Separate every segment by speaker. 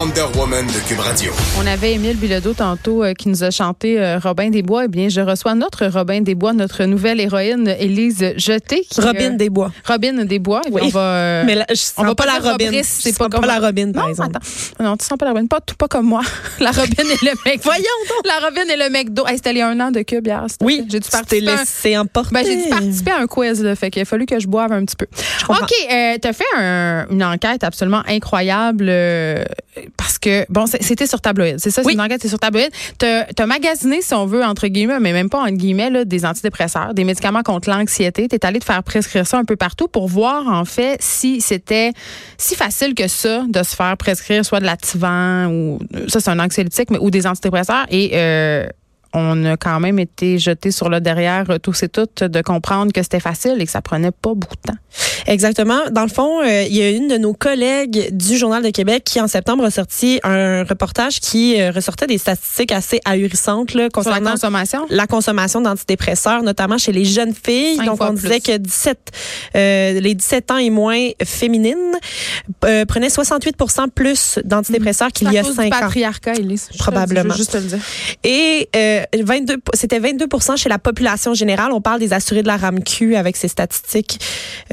Speaker 1: Wonder Woman de Cube Radio.
Speaker 2: On avait Émile Bilodeau tantôt euh, qui nous a chanté euh, Robin des Bois. Eh bien, je reçois notre Robin des Bois, notre nouvelle héroïne, Élise Jeté. qui, euh,
Speaker 3: Robin des Bois.
Speaker 2: Robin des Bois. Eh bien,
Speaker 3: Oui.
Speaker 2: On va, euh,
Speaker 3: Mais là, je sens
Speaker 2: on va
Speaker 3: pas,
Speaker 2: pas dire
Speaker 3: la robine.
Speaker 2: Fabrice, c'est
Speaker 3: Je
Speaker 2: pas
Speaker 3: sens
Speaker 2: comme-
Speaker 3: pas la robine, par
Speaker 2: non,
Speaker 3: exemple.
Speaker 2: attends. Non, tu sens pas la Robin. Pas, tout pas comme moi. La Robin et le mec.
Speaker 3: Voyons donc.
Speaker 2: La Robin et le McDo. Hey, C'était il y a un an de Cube hier. c'était-
Speaker 3: Oui,
Speaker 2: J'ai dû
Speaker 3: tu t'es
Speaker 2: participer. à un-
Speaker 3: laissé emporter.
Speaker 2: Ben, j'ai dû participer à un quiz, là, fait qu'il a fallu que je boive un petit peu.
Speaker 3: comprends.
Speaker 2: OK, euh, t'as fait un- une enquête absolument incroyable euh, parce que, bon, c'est- c'était sur tabloïd. C'est ça, c'est
Speaker 3: Oui.
Speaker 2: une enquête, c'est sur tabloïd. T'as t'as magasiné, si on veut, entre guillemets, mais même pas entre guillemets, là, des antidépresseurs, des médicaments contre l'anxiété. T'es allé te faire prescrire ça un peu partout pour voir, en fait, si c'était si facile que ça de se faire prescrire soit de l'activant ou, ça, c'est un anxiolytique, mais, ou des antidépresseurs. Et, euh, on a quand même été jeté sur le derrière euh, tous et toutes de comprendre que c'était facile et que ça prenait pas beaucoup de temps.
Speaker 3: Exactement. Dans le fond, euh, il y a une de nos collègues du Journal de Québec qui, en septembre, a sorti un reportage qui euh, ressortait des statistiques assez ahurissantes
Speaker 2: Sur
Speaker 3: là,
Speaker 2: la
Speaker 3: concernant
Speaker 2: consommation,
Speaker 3: la consommation d'antidépresseurs, notamment chez les jeunes filles.
Speaker 2: Cinq
Speaker 3: Donc,
Speaker 2: fois
Speaker 3: on
Speaker 2: plus.
Speaker 3: disait que 17, euh, les 17 ans et moins féminines euh, prenaient 68 plus d'antidépresseurs qu'il y a
Speaker 2: Mhm. C'est à cause du
Speaker 3: 5 ans.
Speaker 2: patriarcat, Élise. Je te-
Speaker 3: Probablement.
Speaker 2: Je veux juste te le dire.
Speaker 3: Et euh, 22, c'était 22 chez la population générale. On parle des assurés de la RAMQ avec ces statistiques.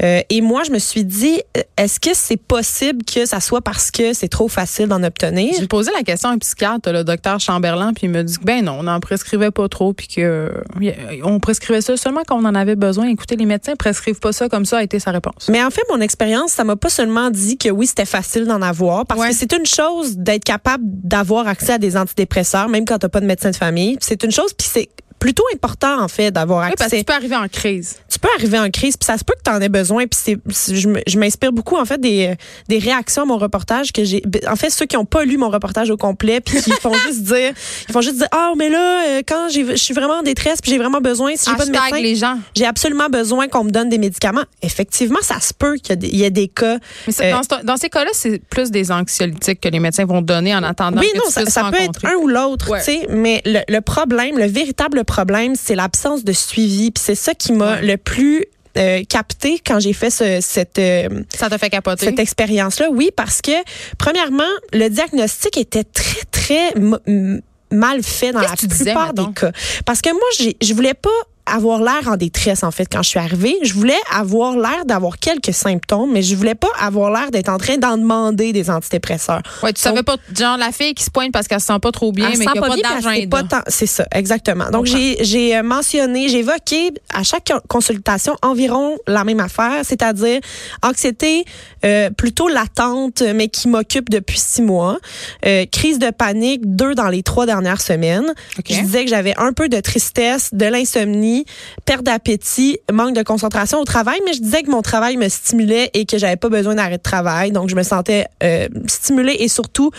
Speaker 3: Euh, et moi, je me suis dit, euh, est-ce que c'est possible que ça soit parce que c'est trop facile d'en obtenir?
Speaker 2: J'ai posé la question à un psychiatre, le docteur Chamberlain, puis il me dit que ben non, on n'en prescrivait pas trop, puis que euh, y- on prescrivait ça seulement quand on en avait besoin. Écoutez, les médecins prescrivent pas ça comme ça a été sa réponse.
Speaker 3: Mais en fait, mon expérience, ça m'a pas seulement dit que oui, c'était facile d'en avoir, parce
Speaker 2: Ouais.
Speaker 3: que c'est une chose d'être capable d'avoir accès à des antidépresseurs, même quand t'as pas de médecin de famille. C'est une chose, puis c'est plutôt important en fait d'avoir
Speaker 2: Oui, parce que
Speaker 3: accès.
Speaker 2: tu peux arriver en crise.
Speaker 3: tu peux arriver en crise, puis ça se peut que tu en aies besoin. Puis c'est- c'est- je me- je m'inspire beaucoup, en fait, des, euh, des réactions à mon reportage que j'ai. ben, En fait, ceux qui n'ont pas lu mon reportage au complet, puis qui font juste dire, ils font juste dire, ah, mais là, euh, quand j'ai- je suis vraiment en détresse, puis j'ai vraiment besoin, si j'ai pas de
Speaker 2: Hashtag
Speaker 3: médecin,
Speaker 2: les gens.
Speaker 3: j'ai absolument besoin qu'on me donne des médicaments. Effectivement, ça se peut qu'il y a des- il y ait des cas.
Speaker 2: Mais c'est-
Speaker 3: Euh,
Speaker 2: dans, ce- dans ces cas-là, c'est plus des anxiolytiques que les médecins vont donner en attendant
Speaker 3: oui,
Speaker 2: que
Speaker 3: non,
Speaker 2: tu
Speaker 3: ça,
Speaker 2: puisses
Speaker 3: ça peut être
Speaker 2: rencontrer.
Speaker 3: un ou l'autre,
Speaker 2: Ouais.
Speaker 3: tu sais, mais le, le problème, le véritable problème, c'est l'absence de suivi. Puis c'est ça qui m'a
Speaker 2: Ouais.
Speaker 3: le plus euh, capté quand j'ai fait ce- cette euh,
Speaker 2: Ça te fait capoter.
Speaker 3: cette expérience-là, oui, parce que premièrement, le diagnostic était très très mo- m- mal fait dans
Speaker 2: Qu'est-ce
Speaker 3: la
Speaker 2: que tu disais,
Speaker 3: plupart
Speaker 2: mettons?
Speaker 3: des cas. Parce que moi, j'ai- je voulais pas avoir l'air en détresse en fait quand je suis arrivée. Je voulais avoir l'air d'avoir quelques symptômes, mais je voulais pas avoir l'air d'être en train d'en demander des antidépresseurs.
Speaker 2: Ouais, tu savais pas, genre la fille qui se pointe parce qu'elle se sent pas trop bien,
Speaker 3: Elle
Speaker 2: mais
Speaker 3: sent
Speaker 2: qu'il n'y a
Speaker 3: pas
Speaker 2: pas
Speaker 3: bien,
Speaker 2: d'argent.
Speaker 3: puis elle sait pas
Speaker 2: dedans.
Speaker 3: tant- C'est ça, exactement. Donc,
Speaker 2: Comprends.
Speaker 3: j'ai j'ai, euh, mentionné, j'ai évoqué à chaque consultation environ la même affaire, c'est-à-dire anxiété euh, plutôt latente, mais qui m'occupe depuis six mois, euh, crise de panique, deux dans les trois dernières semaines.
Speaker 2: OK.
Speaker 3: Je disais que j'avais un peu de tristesse, de l'insomnie, perte d'appétit, manque de concentration au travail, mais je disais que mon travail me stimulait et que j'avais pas besoin d'arrêt de travail. Donc, je me sentais euh, stimulée et surtout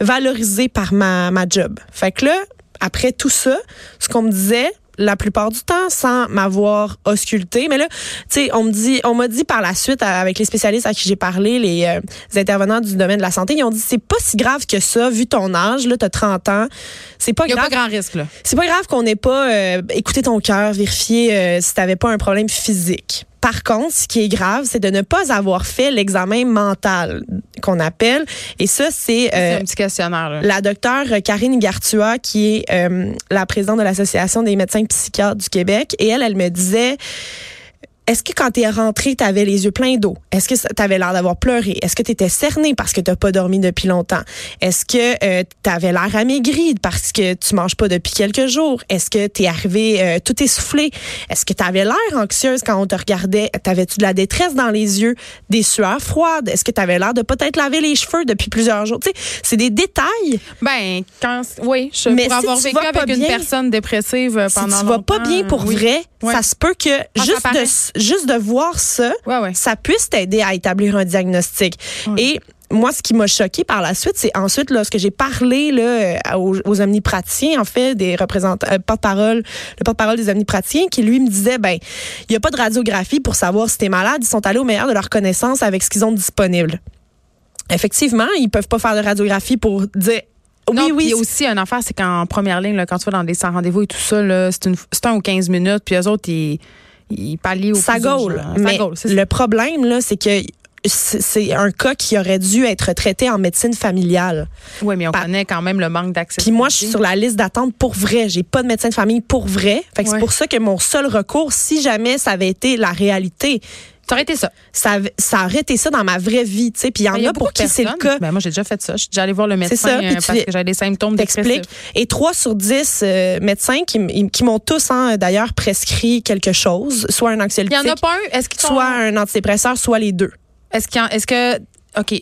Speaker 3: valorisée par ma, ma job. Fait que là, après tout ça, ce qu'on me disait la plupart du temps sans m'avoir ausculté mais là tu sais on me dit on m'a dit par la suite à- avec les spécialistes à qui j'ai parlé les, euh, les intervenants du domaine de la santé ils ont dit c'est pas si grave que ça vu ton âge là t'as 30 ans c'est pas
Speaker 2: Il n'y a
Speaker 3: grave
Speaker 2: pas grand risque, là.
Speaker 3: c'est pas grave qu'on n'ait pas euh, écouté ton cœur, vérifié euh, si t'avais pas un problème physique. Par contre, ce qui est grave, c'est de ne pas avoir fait l'examen mental qu'on appelle. Et ça, c'est euh,
Speaker 2: c'est un petit questionnaire, là.
Speaker 3: la docteure Karine Gartua, qui est euh, la présidente de l'Association des médecins psychiatres du Québec. Et elle, elle me disait... Est-ce que quand t'es rentrée, t'avais les yeux pleins d'eau? Est-ce que ça- t'avais l'air d'avoir pleuré? Est-ce que t'étais cerné parce que t'as pas dormi depuis longtemps? Est-ce que euh, t'avais l'air amaigrie parce que tu manges pas depuis quelques jours? Est-ce que t'es arrivé euh, tout essoufflé? Est-ce que t'avais l'air anxieuse quand on te regardait? T'avais-tu de la détresse dans les yeux? Des sueurs froides? Est-ce que t'avais l'air de peut-être laver les cheveux depuis plusieurs jours? Tu sais, c'est des détails
Speaker 2: Ben, quand. Oui, je
Speaker 3: Mais
Speaker 2: pour
Speaker 3: si
Speaker 2: avoir
Speaker 3: tu
Speaker 2: vécu
Speaker 3: vas pas
Speaker 2: avec une
Speaker 3: bien,
Speaker 2: personne dépressive euh,
Speaker 3: si
Speaker 2: pendant.
Speaker 3: tu vas pas
Speaker 2: longtemps,
Speaker 3: bien pour
Speaker 2: oui.
Speaker 3: vrai,
Speaker 2: Ouais.
Speaker 3: ça se peut que
Speaker 2: ça
Speaker 3: juste
Speaker 2: paraît.
Speaker 3: de juste de voir ça,
Speaker 2: Ouais, ouais.
Speaker 3: ça puisse t'aider à établir un diagnostic. Et moi, ce qui m'a choqué par la suite, c'est ensuite lorsque j'ai parlé là, euh, aux, aux omnipraticiens, en fait, des représentants, euh, porte-parole, le porte-parole des omnipraticiens, qui lui me disait, ben, il y a pas de radiographie pour savoir si t'es malade. Ils sont allés au meilleur de leur connaissance avec ce qu'ils ont disponible. Effectivement, ils peuvent pas faire de radiographie pour dire. Oui,
Speaker 2: Non,
Speaker 3: oui,
Speaker 2: Puis aussi, un affaire, c'est qu'en première ligne, là, quand tu vas dans des sans rendez-vous et tout ça, là, c'est, une, c'est un ou 15 minutes, puis eux autres, ils, ils pallient au
Speaker 3: ça
Speaker 2: plus
Speaker 3: gaule.
Speaker 2: urgent. hein. Ça
Speaker 3: Mais
Speaker 2: gaule, c'est ça.
Speaker 3: le problème, là, c'est que c'est c'est un cas qui aurait dû être traité en médecine familiale.
Speaker 2: Oui, mais on
Speaker 3: Par-
Speaker 2: connaît quand même le manque d'accès.
Speaker 3: Puis moi, je suis sur la liste d'attente pour vrai. J'ai pas de médecin de famille pour vrai. Fait que
Speaker 2: Ouais.
Speaker 3: c'est pour ça que mon seul recours, si jamais ça avait été la réalité,
Speaker 2: Ça aurait été ça.
Speaker 3: ça, av- ça aurait été ça dans ma vraie vie, tu sais. Puis il y en
Speaker 2: Mais
Speaker 3: a,
Speaker 2: beaucoup
Speaker 3: pour
Speaker 2: de
Speaker 3: qui c'est le
Speaker 2: personnes-
Speaker 3: cas.
Speaker 2: Ben, moi, j'ai déjà fait ça. Je suis déjà allée voir le médecin
Speaker 3: ça, puis
Speaker 2: euh,
Speaker 3: tu
Speaker 2: parce
Speaker 3: fais-
Speaker 2: que j'avais des symptômes
Speaker 3: T'expliques.
Speaker 2: dépressifs.
Speaker 3: Et 3 sur 10 euh, médecins qui, m- qui m'ont tous, hein, d'ailleurs, prescrit quelque chose, soit un
Speaker 2: Il n'y
Speaker 3: anxiolytique,
Speaker 2: en a pas un. Est-ce qu'ils sont-
Speaker 3: soit un antidépresseur, soit les deux.
Speaker 2: Est-ce qu'il y en- est-ce que OK.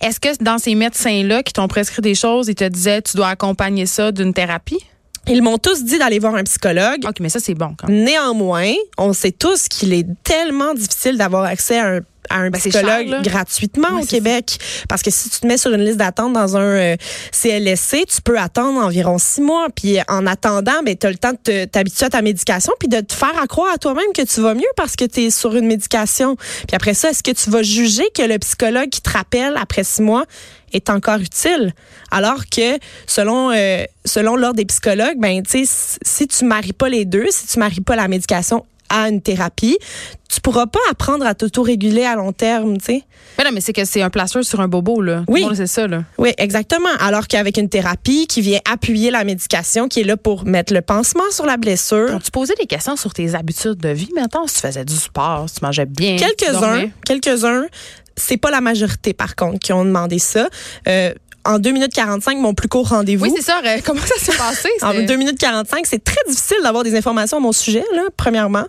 Speaker 2: Est-ce que dans ces médecins-là qui t'ont prescrit des choses, ils te disaient tu dois accompagner ça d'une thérapie?
Speaker 3: Ils m'ont tous dit d'aller voir un psychologue.
Speaker 2: OK, mais ça, c'est bon quand même.
Speaker 3: Néanmoins, on sait tous qu'il est tellement difficile d'avoir accès à un à un
Speaker 2: Ben, c'est
Speaker 3: psychologue
Speaker 2: cher, là.
Speaker 3: gratuitement
Speaker 2: Ouais,
Speaker 3: au
Speaker 2: c'est
Speaker 3: Québec. Parce que si tu te mets sur une liste d'attente dans un euh, CLSC, tu peux attendre environ six mois. Puis euh, en attendant, ben, tu as le temps de te- t'habituer à ta médication puis de te faire accroire à toi-même que tu vas mieux parce que tu es sur une médication. Puis après ça, est-ce que tu vas juger que le psychologue qui te rappelle après six mois est encore utile? Alors que selon euh, selon l'ordre des psychologues, ben, tu sais, si- si tu maries pas les deux, si tu maries pas la médication à une thérapie, tu pourras pas apprendre à t'auto-réguler à long terme, tu sais.
Speaker 2: Mais non, mais c'est que c'est un placeur sur un bobo, là.
Speaker 3: Oui.
Speaker 2: Tout le monde sait ça, là.
Speaker 3: Oui, exactement. Alors qu'avec une thérapie qui vient appuyer la médication, qui est là pour mettre le pansement sur la blessure,
Speaker 2: tu posais des questions sur tes habitudes de vie maintenant? Si tu faisais du sport, si tu mangeais bien. si tu
Speaker 3: quelques-uns,
Speaker 2: dormais?
Speaker 3: quelques-uns, c'est pas la majorité, par contre, qui ont demandé ça. Euh, en 2 minutes 45, mon plus court rendez-vous.
Speaker 2: Oui, c'est ça. euh, Comment ça s'est passé?
Speaker 3: En
Speaker 2: c'est-
Speaker 3: 2 minutes 45, c'est très difficile d'avoir des informations à mon sujet, là, premièrement.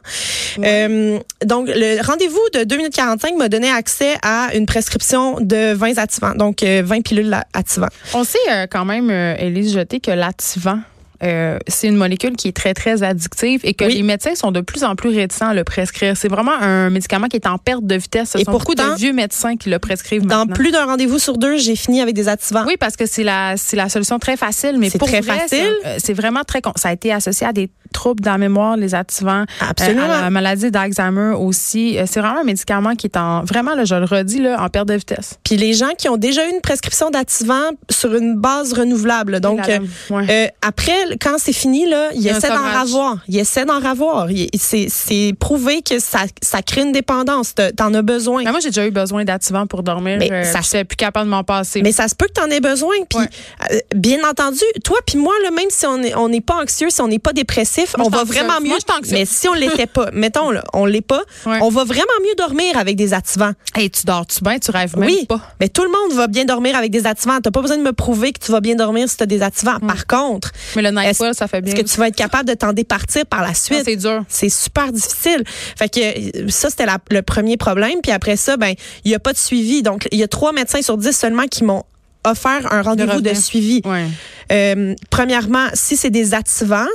Speaker 3: Euh, donc, le rendez-vous de 2 minutes 45 m'a donné accès à une prescription de 20 activants, donc euh, 20 pilules la- activants.
Speaker 2: On sait euh, quand même, euh, Élise Jeté, que l'activant, euh, c'est une molécule qui est très, très addictive et que
Speaker 3: Oui.
Speaker 2: les médecins sont de plus en plus réticents à le prescrire. C'est vraiment un médicament qui est en perte de vitesse. Ce
Speaker 3: Et
Speaker 2: sont beaucoup de
Speaker 3: pourtant,
Speaker 2: vieux médecins qui le prescrivent
Speaker 3: Dans
Speaker 2: maintenant.
Speaker 3: plus d'un rendez-vous sur deux, j'ai fini avec des activants.
Speaker 2: Oui, parce que c'est la, c'est la solution très facile, mais
Speaker 3: C'est
Speaker 2: pour
Speaker 3: très
Speaker 2: vrai,
Speaker 3: facile.
Speaker 2: c'est- euh, C'est vraiment très. con- Ça a été associé à des troubles dans la mémoire, les activants,
Speaker 3: Absolument.
Speaker 2: euh, à la maladie d'Alzheimer aussi. Euh, C'est vraiment un médicament qui est en. Vraiment, là, je le redis, là, en perte de vitesse.
Speaker 3: Puis les gens qui ont déjà eu une prescription d'activants sur une base renouvelable. Donc,
Speaker 2: La dame, ouais.
Speaker 3: euh, après, le- quand c'est fini, là, il,
Speaker 2: y a un
Speaker 3: essaie d'en
Speaker 2: sevrage.
Speaker 3: ravoir. Il essaie d'en ravoir. Il- C'est c'est prouvé que ça, ça crée une dépendance. T'as- T'en as besoin.
Speaker 2: Mais moi, j'ai déjà eu besoin d'activants pour dormir.
Speaker 3: Mais
Speaker 2: euh,
Speaker 3: ça-
Speaker 2: puis j'étais plus capable de m'en passer.
Speaker 3: Mais ça se peut que t'en aies besoin. Puis,
Speaker 2: Ouais.
Speaker 3: euh, bien entendu, toi puis moi, là, même si on est- on n'est pas anxieux, si on n'est pas dépressif,
Speaker 2: Moi, je
Speaker 3: on va
Speaker 2: suis anxieuse.
Speaker 3: vraiment mieux.
Speaker 2: Moi, je suis anxieuse.
Speaker 3: mais si on l'était pas, mettons, là, on l'est pas,
Speaker 2: Ouais.
Speaker 3: on va vraiment mieux dormir avec des activants.
Speaker 2: Hey, tu dors-tu bien? Tu rêves même
Speaker 3: oui,
Speaker 2: pas?
Speaker 3: mais tout le monde va bien dormir avec des activants. T'as pas besoin de me prouver que tu vas bien dormir si t'as des activants. Par contre,
Speaker 2: Mais le
Speaker 3: Est-ce-
Speaker 2: Nightfall, ça fait Mm. bien.
Speaker 3: est-ce que tu vas être capable de t'en départir par la
Speaker 2: Non,
Speaker 3: suite?
Speaker 2: C'est dur.
Speaker 3: C'est super difficile. Fait que euh, ça, c'était la- le premier problème. Puis après ça, ben, il n'y a pas de suivi. Donc, il y a trois médecins sur dix seulement qui m'ont offert un rendez-vous de
Speaker 2: revenir.
Speaker 3: suivi.
Speaker 2: Ouais.
Speaker 3: Euh, premièrement, si c'est des activants,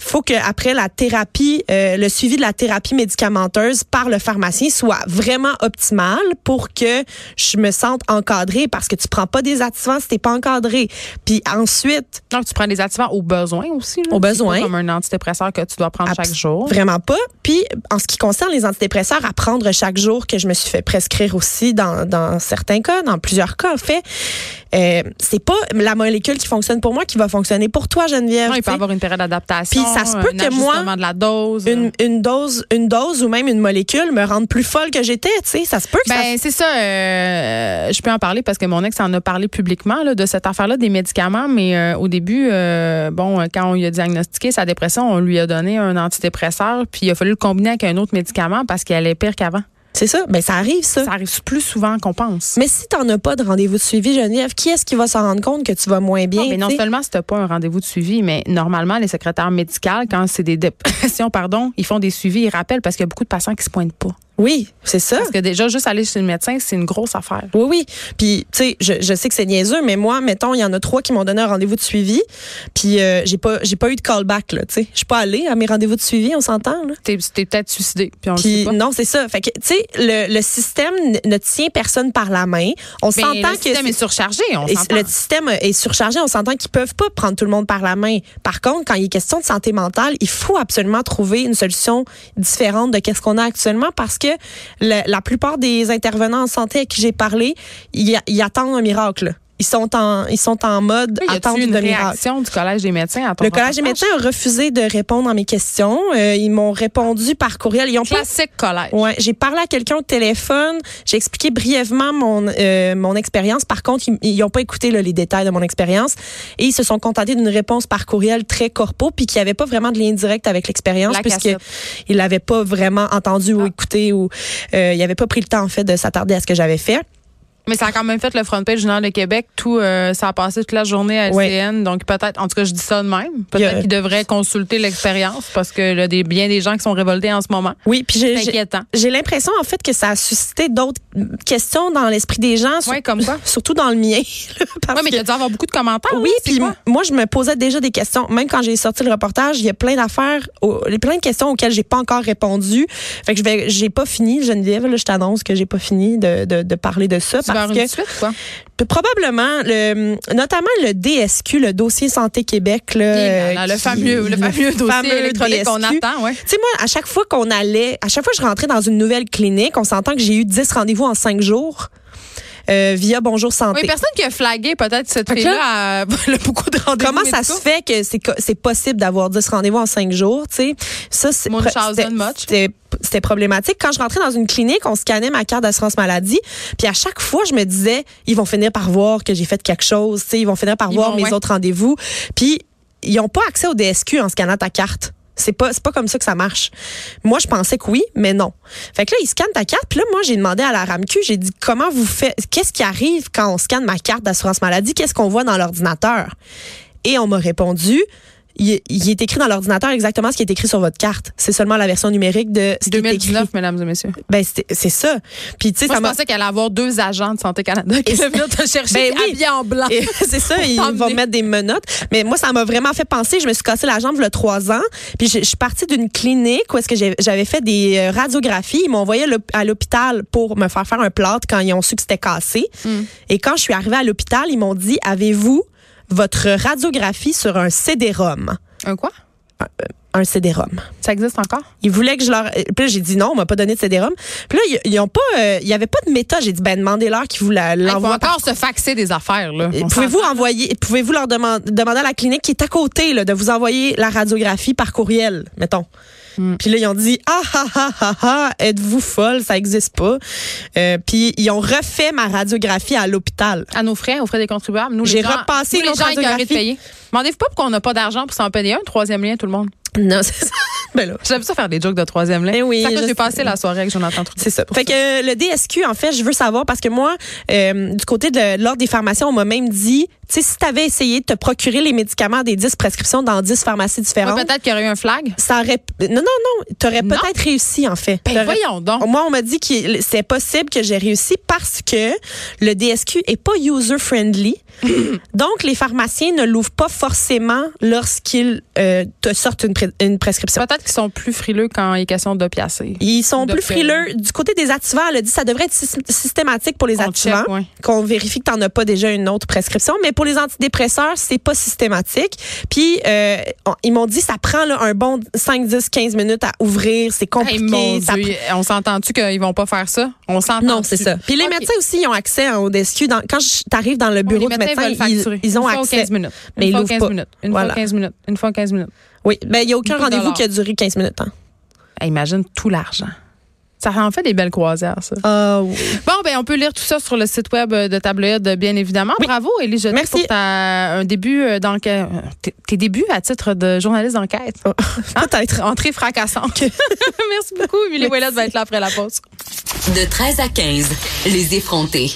Speaker 3: faut que après la thérapie, euh, le suivi de la thérapie médicamenteuse par le pharmacien soit vraiment optimal pour que je me sente encadrée parce que tu prends pas des activants si t'es pas encadré. Puis ensuite,
Speaker 2: Donc, tu prends des activants au besoin aussi. là.
Speaker 3: Au
Speaker 2: C'est pas
Speaker 3: besoin.
Speaker 2: Comme un antidépresseur que tu dois prendre
Speaker 3: Abs-
Speaker 2: chaque jour.
Speaker 3: Vraiment pas. Puis, en ce qui concerne les antidépresseurs à prendre chaque jour, que je me suis fait prescrire aussi dans, dans certains cas, dans plusieurs cas, en fait, euh, c'est pas la molécule qui fonctionne pour moi qui va fonctionner pour toi, Geneviève.
Speaker 2: Non, il
Speaker 3: tu
Speaker 2: peut
Speaker 3: sais.
Speaker 2: avoir une période d'adaptation.
Speaker 3: Puis ça se
Speaker 2: un
Speaker 3: peut que moi,
Speaker 2: ajustement de la dose.
Speaker 3: une, une dose, une dose ou même une molécule me rende plus folle que j'étais, tu sais. Ça se peut que ça
Speaker 2: Ben, c'est ça. euh, je peux en parler parce que mon ex en a parlé publiquement là, de cette affaire-là des médicaments. Mais euh, au début, euh, bon, euh, quand on lui a diagnostiqué sa dépression, on lui a donné un antidépresseur. Puis il a fallu le combiner avec un autre médicament parce qu'il allait pire qu'avant.
Speaker 3: C'est ça. Ben, ça arrive, ça.
Speaker 2: Ça arrive plus souvent qu'on pense.
Speaker 3: Mais si t'en as pas de rendez-vous de suivi, Geneviève, qui est-ce qui va s'en rendre compte que tu vas moins bien?
Speaker 2: Non, mais non
Speaker 3: tu sais?
Speaker 2: seulement c'était pas un rendez-vous de suivi, mais normalement, les secrétaires médicales, quand c'est des dépressions, pardon, ils font des suivis, ils rappellent parce qu'il y a beaucoup de patients qui se pointent pas.
Speaker 3: oui, c'est ça.
Speaker 2: Parce que déjà, juste aller chez le médecin, c'est une grosse affaire.
Speaker 3: Oui, oui. Puis, tu sais, je, je sais que c'est niaiseux, mais moi, mettons, il y en a trois qui m'ont donné un rendez-vous de suivi. Puis, euh, j'ai pas, j'ai pas eu de callback, là, tu sais. Je suis pas allée à mes rendez-vous de suivi, on s'entend, là.
Speaker 2: T'es t'es peut-être suicidé, puis on le sait
Speaker 3: Puis,
Speaker 2: pas.
Speaker 3: non, c'est ça. Fait que, tu sais, le, le système n- ne tient personne par la main. On
Speaker 2: Mais
Speaker 3: s'entend
Speaker 2: Ben, le
Speaker 3: que.
Speaker 2: système est surchargé, on
Speaker 3: Et
Speaker 2: s'entend.
Speaker 3: le système est surchargé. On s'entend qu'ils peuvent pas prendre tout le monde par la main. Par contre, quand il est question de santé mentale, il faut absolument trouver une solution différente de qu'est-ce qu'on a actuellement parce que la, la plupart des intervenants en santé à qui j'ai parlé, ils, a- ils attendent un miracle. ils sont en ils sont en mode
Speaker 2: Oui, y a
Speaker 3: attente
Speaker 2: une
Speaker 3: de miracle.
Speaker 2: réaction du collège des médecins à ton
Speaker 3: Le collège des
Speaker 2: reportage?
Speaker 3: médecins a refusé de répondre à mes questions. Euh, ils m'ont répondu par courriel. Ils ont pas
Speaker 2: Classique collège.
Speaker 3: Ouais, j'ai parlé à quelqu'un au téléphone, j'ai expliqué brièvement mon euh, mon expérience. Par contre, ils- ils n'ont pas écouté là, les détails de mon expérience et ils se sont contentés d'une réponse par courriel très corpo, puis qui avait pas vraiment de lien direct avec l'expérience,
Speaker 2: La
Speaker 3: puisque
Speaker 2: cassette.
Speaker 3: ils l'avaient pas vraiment entendu
Speaker 2: Ah.
Speaker 3: ou écouté ou euh, ils n'avaient pas pris le temps en fait de s'attarder à ce que j'avais fait.
Speaker 2: Mais ça a quand même fait le front page du Nord de Québec. Tout, euh, ça a passé toute la journée à LCN.
Speaker 3: Ouais.
Speaker 2: Donc peut-être, en tout cas, je dis ça de même.
Speaker 3: Il y
Speaker 2: Peut-être
Speaker 3: a-
Speaker 2: qu'ils devraient consulter l'expérience parce que là, des, bien des gens qui sont révoltés en ce moment.
Speaker 3: Oui, puis j'ai-
Speaker 2: C'est
Speaker 3: j'ai
Speaker 2: inquiétant.
Speaker 3: j'ai l'impression en fait que ça a suscité d'autres questions dans l'esprit des gens, sur-
Speaker 2: Oui, comme quoi.
Speaker 3: surtout dans le mien. là, parce
Speaker 2: Oui, mais il
Speaker 3: que-
Speaker 2: y a dû avoir beaucoup de commentaires.
Speaker 3: Oui,
Speaker 2: là, Ah c'est
Speaker 3: puis
Speaker 2: quoi?
Speaker 3: m- moi, je me posais déjà des questions. Même quand j'ai sorti le reportage, il y a plein d'affaires, au- il y a plein de questions auxquelles j'ai pas encore répondu. Fait que je vais, j'ai pas fini, Geneviève, là, je t'annonce que j'ai pas fini de, de, de parler de ça.
Speaker 2: Tu vas avoir
Speaker 3: parce
Speaker 2: une
Speaker 3: que euh,
Speaker 2: suite, quoi.
Speaker 3: p- probablement, le, notamment le DSQ, le dossier Santé Québec, là,
Speaker 2: Et là, là, le
Speaker 3: qui-
Speaker 2: fameux, le fameux dossier
Speaker 3: fameux
Speaker 2: électronique qu'on
Speaker 3: DSQ.
Speaker 2: attend, ouais.
Speaker 3: Tu sais, moi, à chaque fois qu'on allait, à chaque fois que je rentrais dans une nouvelle clinique, on s'entend que j'ai eu 10 rendez-vous en 5 jours euh, via Bonjour Santé.
Speaker 2: Oui, personne qui a flagué peut-être cette
Speaker 3: Fait que
Speaker 2: fille-là a elle a beaucoup de rendez-vous.
Speaker 3: Comment ça
Speaker 2: médicaux.
Speaker 3: se fait que c'est co- c'est possible d'avoir 10 rendez-vous en 5 jours, tu sais? Ça, c'est pro-
Speaker 2: Munchausen
Speaker 3: c'était-
Speaker 2: much.
Speaker 3: c'était- C'était problématique. Quand je rentrais dans une clinique, on scannait ma carte d'assurance maladie, puis à chaque fois, je me disais, ils vont finir par voir que j'ai fait quelque chose, tu sais, ils vont finir par
Speaker 2: Ils
Speaker 3: voir
Speaker 2: vont,
Speaker 3: mes
Speaker 2: ouais.
Speaker 3: autres rendez-vous. Puis, ils n'ont pas accès au DSQ en scannant ta carte. C'est pas, c'est pas comme ça que ça marche. Moi, je pensais que oui, mais non. Fait que là, ils scannent ta carte. Puis là, moi, j'ai demandé à la RAMQ, j'ai dit, comment vous faites, qu'est-ce qui arrive quand on scanne ma carte d'assurance maladie? Qu'est-ce qu'on voit dans l'ordinateur? Et on m'a répondu, il, il est écrit dans l'ordinateur exactement ce qui est écrit sur votre carte. C'est seulement la version numérique de ce qui est écrit.
Speaker 2: 2019, mesdames et messieurs.
Speaker 3: Ben, c'est c'est ça. Puis, tu sais,
Speaker 2: Moi,
Speaker 3: ça
Speaker 2: je
Speaker 3: m'a.
Speaker 2: pensais qu'elle allait avoir deux agents de Santé Canada qui
Speaker 3: Et-
Speaker 2: allaient venir te chercher
Speaker 3: Ben oui.
Speaker 2: habillés en blanc.
Speaker 3: Et c'est ça, ils vont
Speaker 2: t'emmener.
Speaker 3: mettre des menottes. Mais moi, ça m'a vraiment fait penser. Je me suis cassé la jambe le trois ans. Puis je, je suis partie d'une clinique où est-ce que j'ai- j'avais fait des euh, radiographies. Ils m'ont envoyé l'hôp- à l'hôpital pour me faire faire un plâtre quand ils ont su que c'était cassé. Et quand je suis arrivée à l'hôpital, ils m'ont dit avez-vous votre radiographie sur un CD-ROM
Speaker 2: Un quoi?
Speaker 3: Un CD-ROM.
Speaker 2: Ça existe encore?
Speaker 3: Ils voulaient que je leur. Puis là, j'ai dit non, on m'a pas donné de CD-ROM. Puis là, ils, ils ont pas. euh, il y avait pas de méta. J'ai dit ben demandez-leur qu'ils vous la-
Speaker 2: Il faut
Speaker 3: l'envoient.
Speaker 2: encore se faxer des affaires, là.
Speaker 3: Et
Speaker 2: On
Speaker 3: Pouvez-vous envoyer, pouvez-vous leur deman- demander à la clinique qui est à côté là, de vous envoyer la radiographie par courriel, mettons. Puis là, ils ont dit ah ah ah ah ah, êtes-vous folle, ça existe pas. Euh, puis ils ont refait ma radiographie à l'hôpital.
Speaker 2: À nos frais, aux frais des contribuables. Nous, les
Speaker 3: J'ai
Speaker 2: gens-
Speaker 3: repassé
Speaker 2: nous, les
Speaker 3: notre
Speaker 2: gens écœurés de
Speaker 3: radiographie.
Speaker 2: payer. Demandez-vous pas pourquoi on n'a pas d'argent pour s'en payer un troisième lien, tout le monde.
Speaker 3: Non, c'est ça. Ben là,
Speaker 2: J'aime ça faire des jokes de troisième lien.
Speaker 3: Eh oui,
Speaker 2: C'est à cause
Speaker 3: je
Speaker 2: que j'ai
Speaker 3: sais.
Speaker 2: passé la soirée avec Jonathan Trudeau.
Speaker 3: C'est ça. Fait que euh, le DSQ, en fait, je veux savoir parce que moi, euh, du côté de l'ordre des pharmaciens, on m'a même dit, tu sais, si tu avais essayé de te procurer les médicaments des 10 prescriptions dans 10 pharmacies différentes,
Speaker 2: Ouais, peut-être qu'il y aurait eu un flag.
Speaker 3: ça aurait non non non t'aurais
Speaker 2: Non.
Speaker 3: peut-être réussi en fait
Speaker 2: Ben,
Speaker 3: T'aurais-
Speaker 2: voyons donc.
Speaker 3: moi on m'a dit que c'est possible que j'ai réussi parce que le DSQ est pas user friendly donc les pharmaciens ne l'ouvrent pas forcément lorsqu'ils euh, te sortent une, pré- une prescription
Speaker 2: Peut-être qu'ils sont plus frileux quand il est question d'opiacés.
Speaker 3: ils sont
Speaker 2: De
Speaker 3: plus
Speaker 2: fait.
Speaker 3: frileux du côté des attivants elle a dit ça devrait être sys- systématique pour les
Speaker 2: On check,
Speaker 3: attivants
Speaker 2: ouais.
Speaker 3: qu'on vérifie que tu as pas déjà une autre prescription. Mais pour les antidépresseurs, c'est pas systématique. Puis, euh, on- ils m'ont dit, ça prend là, un bon 5, 10, 15 minutes à ouvrir. C'est
Speaker 2: Hey,
Speaker 3: compliqué.
Speaker 2: mon
Speaker 3: ça
Speaker 2: Dieu, on s'entend-tu qu'ils vont pas faire ça? On s'entend.
Speaker 3: non, c'est ça. Puis les
Speaker 2: Ah, Ok.
Speaker 3: médecins aussi, ils ont accès au DSQ. Dans, quand je- t'arrives dans le
Speaker 2: Oui,
Speaker 3: bureau
Speaker 2: les
Speaker 3: du
Speaker 2: médecins
Speaker 3: médecin,
Speaker 2: veulent
Speaker 3: ils,
Speaker 2: facturer.
Speaker 3: ils ont
Speaker 2: une fois aux
Speaker 3: accès.
Speaker 2: 15 minutes.
Speaker 3: mais ils
Speaker 2: une fois aux
Speaker 3: l'ouvrent
Speaker 2: 15
Speaker 3: pas.
Speaker 2: minutes. Une fois
Speaker 3: Voilà.
Speaker 2: aux 15 minutes. Une fois aux 15 minutes.
Speaker 3: Oui, ben il y a aucun
Speaker 2: Beaucoup de
Speaker 3: rendez-vous
Speaker 2: dollars.
Speaker 3: qui a duré 15 minutes. hein.
Speaker 2: Hey, imagine tout l'argent. Ça en fait des belles croisières, ça.
Speaker 3: Ah oui.
Speaker 2: Bon, ben, on peut lire tout ça sur le site web euh, de Tabloïd, euh, bien évidemment. Bravo, Élie Jeté,
Speaker 3: Merci.
Speaker 2: pour ta- un début euh, d'enquête. euh, tes- Tes débuts à titre de journaliste d'enquête.
Speaker 3: Oh,
Speaker 2: Hein?
Speaker 3: peut-être.
Speaker 2: Entrée fracassante. Merci beaucoup. Émilie Ouellet va être là après la pause.
Speaker 1: De 13 à 15, les effrontés.